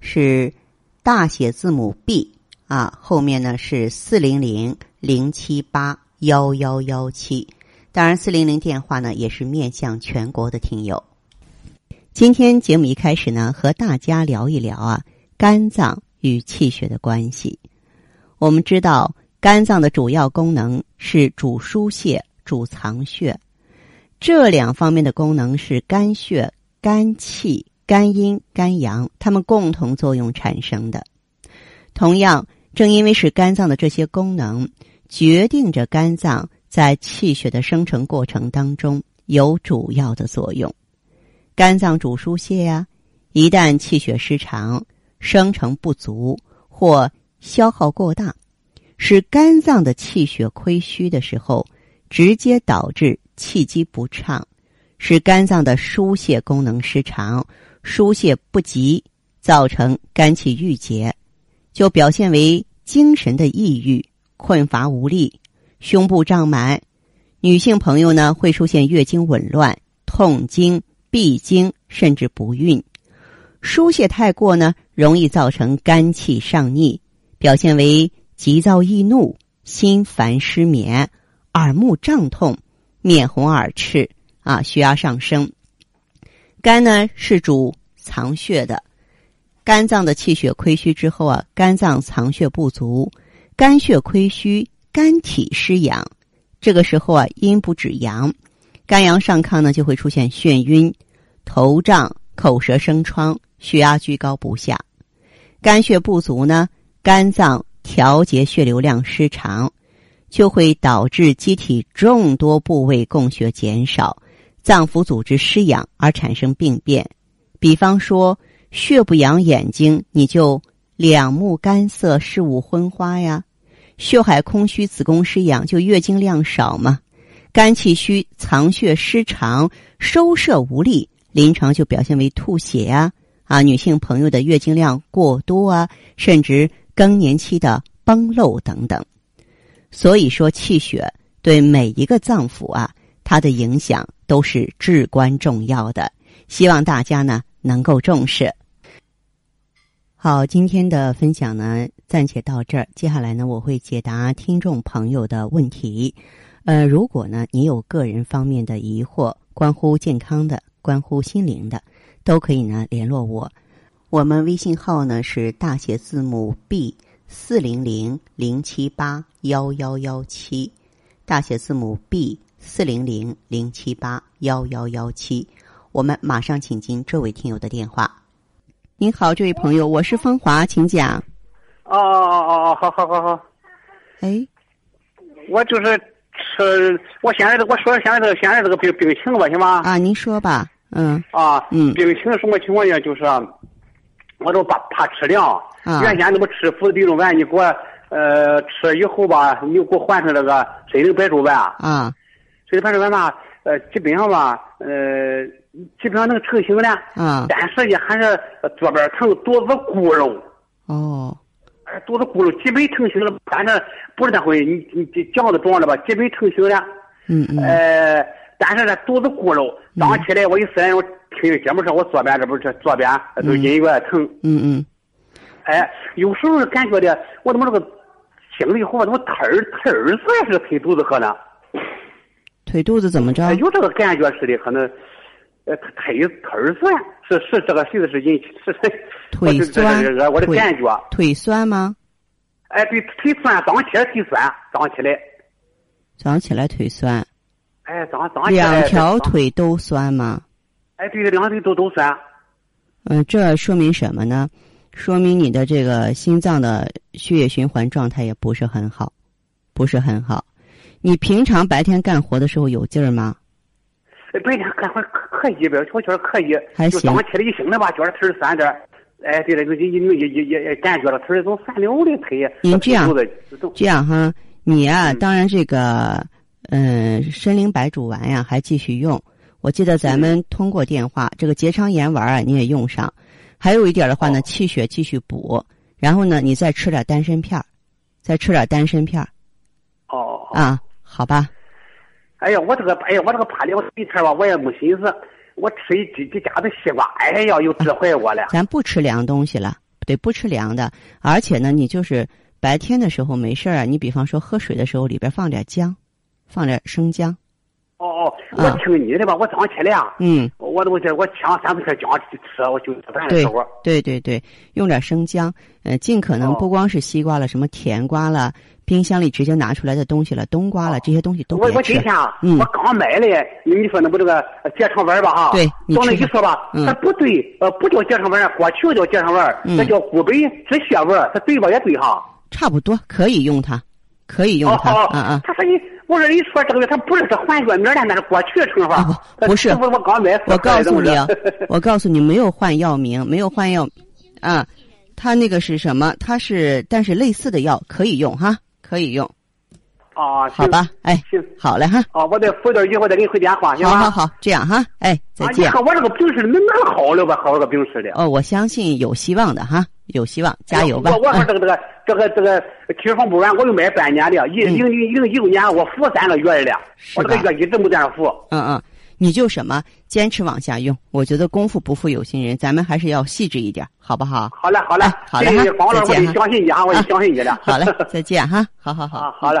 是大写字母 B 啊，后面呢是四零零零七八幺幺幺七。当然，四零零电话呢也是面向全国的听友。今天节目一开始呢，和大家聊一聊啊，肝脏与气血的关系。我们知道，肝脏的主要功能是主疏泄、主藏血，这两方面的功能是肝血、肝气、肝阴、肝阳，它们共同作用产生的。同样，正因为是肝脏的这些功能，决定着肝脏在气血的生成过程当中有主要的作用。肝脏主疏泄呀、一旦气血失常、生成不足或消耗过大，使肝脏的气血亏虚的时候，直接导致气机不畅，使肝脏的疏泄功能失常，疏泄不及，造成肝气郁结，就表现为精神的抑郁、困乏无力、胸部胀满。女性朋友呢，会出现月经紊乱、痛经。闭经甚至不孕，疏泄太过呢，容易造成肝气上逆，表现为急躁易怒、心烦失眠、耳目胀痛、面红耳赤啊，血压上升。肝呢是主藏血的，肝脏的气血亏虚之后啊，肝脏藏血不足，肝血亏虚，肝体失养，这个时候啊，阴不止阳。肝阳上亢呢，就会出现眩晕、头胀、口舌生疮、血压居高不下；肝血不足呢，肝脏调节血流量失常，就会导致机体众多部位供血减少，脏腑组织失养而产生病变。比方说，血不养眼睛，你就两目干涩、视物昏花呀；血海空虚、子宫失养，就月经量少嘛。肝气虚、藏血失常、收摄无力，临床就表现为吐血啊啊，女性朋友的月经量过多啊，甚至更年期的崩漏等等。所以说，气血对每一个脏腑啊，它的影响都是至关重要的。希望大家呢能够重视。好，今天的分享呢暂且到这儿，接下来呢我会解答听众朋友的问题。呃，如果呢你有个人方面的疑惑，关乎健康的、关乎心灵的，都可以呢联络我。我们微信号呢是大写字母 B 四零零零七八幺幺幺七，大写字母 B 四零零零七八幺幺幺七。我们马上请进这位听友的电话。您好，这位朋友，我是芳华，请讲。哦哦哦，好好好好，哎，我就是吃，我现在这我说现在这个现在这个病病情吧，行吧？啊，您说吧。嗯啊，嗯病情什么情况呢？就是我都怕怕吃凉，啊原先那么吃服的地中丸，你给我呃吃以后吧，你给我换成这个参苓白术丸，啊参苓白术丸吧，呃，基本上吧，呃，基本上能成型了，啊但是呢，还是左边疼，肚子咕噜。哦哎肚子咕噜，基本成型了，但是不是那回你你你酱子装了吧？基本成型了。嗯嗯呃，但是这肚子咕噜，早上起来我一伸，我听节目时候，我左边这不是左边呃都隐隐约约疼，嗯嗯哎，有时候感觉的我怎么这个醒了以后，我怎么腿儿腿儿子也是推肚子喝呢？腿肚子怎么着哎？有这个感觉似的，可能。呃，腿腿儿酸是是这个意思是引起是是，腿我就这酸这这我的腿感觉，腿酸吗？哎，对，腿酸，早上起来腿酸，早上起来，早上起来腿酸，哎，早上早上起来两条，腿都酸吗？哎，对，两条腿都都酸，嗯、这说明什么呢？说明你的这个心脏的血液循环状态也不是很好，不是很好。你平常白天干活的时候有劲儿吗？哎白天干活可可以呗，我觉得可以。还就行早上起来一醒了吧，觉得腿儿酸点儿，哎，对了，就也也也也也感觉了，他是种善良的，他也您这样他是都这样哈，你啊，嗯当然这个，嗯，参苓白术丸呀、还继续用。我记得咱嗯们通过电话，这个结肠炎丸啊，你也用上。还有一点的话呢，哦气血继续补，然后呢，你再吃点丹参片儿，再吃点丹参片儿哦，哦啊，好吧？哎呀，我这个哎呀，我这个怕凉一天吧，我也没心思，我吃一几几家子西瓜，哎呀，又治坏我了。咱不吃凉东西了，对，不吃凉的。而且呢，你就是白天的时候没事儿啊，你比方说喝水的时候里边放点姜，放点生姜，哦哦，嗯我听你的吧，我早上起来啊，嗯。我我这我抢三四片姜吃，我就吃饭的对时候，对对对，用点生姜，呃，尽可能哦不光是西瓜了，什么甜瓜了，冰箱里直接拿出来的东西了，冬瓜了，这些东西都哦我别我今吃。天啊，嗯我刚买的，你你说那不这个呃结肠丸吧哈？对你照那吃一说吧，嗯它不对，呃，不叫结肠丸，过去叫结肠丸，嗯那叫古北止血丸，它对吧？也对哈。差不多可以用它，可以用哦它，哦，啊 啊，他说你，我说你说这个它不是它换药名了，那是过去的称号啊。不不是这我我刚买，我告诉你啊这么着，我告诉你，没有换药名，没有换药，啊，它那个是什么？它是，但是类似的药可以用哈，可以用， 啊，好吧？哎，行，行，好嘞哈，啊，我再服点药，我再给你回电话，行好吧？啊好好，这样哈，哎，再啊，你见。看我这个病是哪哪好了吧？好这个病似的。哦，我相信有希望的哈，有希望，加油吧哎我！我嗯说这个这个这个这个体方不丸，我又买半年的，一嗯零零零一五年我服三个月的了，是我吧这个月一直没在那服。嗯嗯，你就什么坚持往下用。我觉得功夫不负有心人，咱们还是要细致一点，好不好？好嘞，好嘞哎，好嘞谢谢哈你黄老师，再我见得哈相信你啊，我得啊相信你了。好嘞，再见哈，好好好， 啊，好嘞。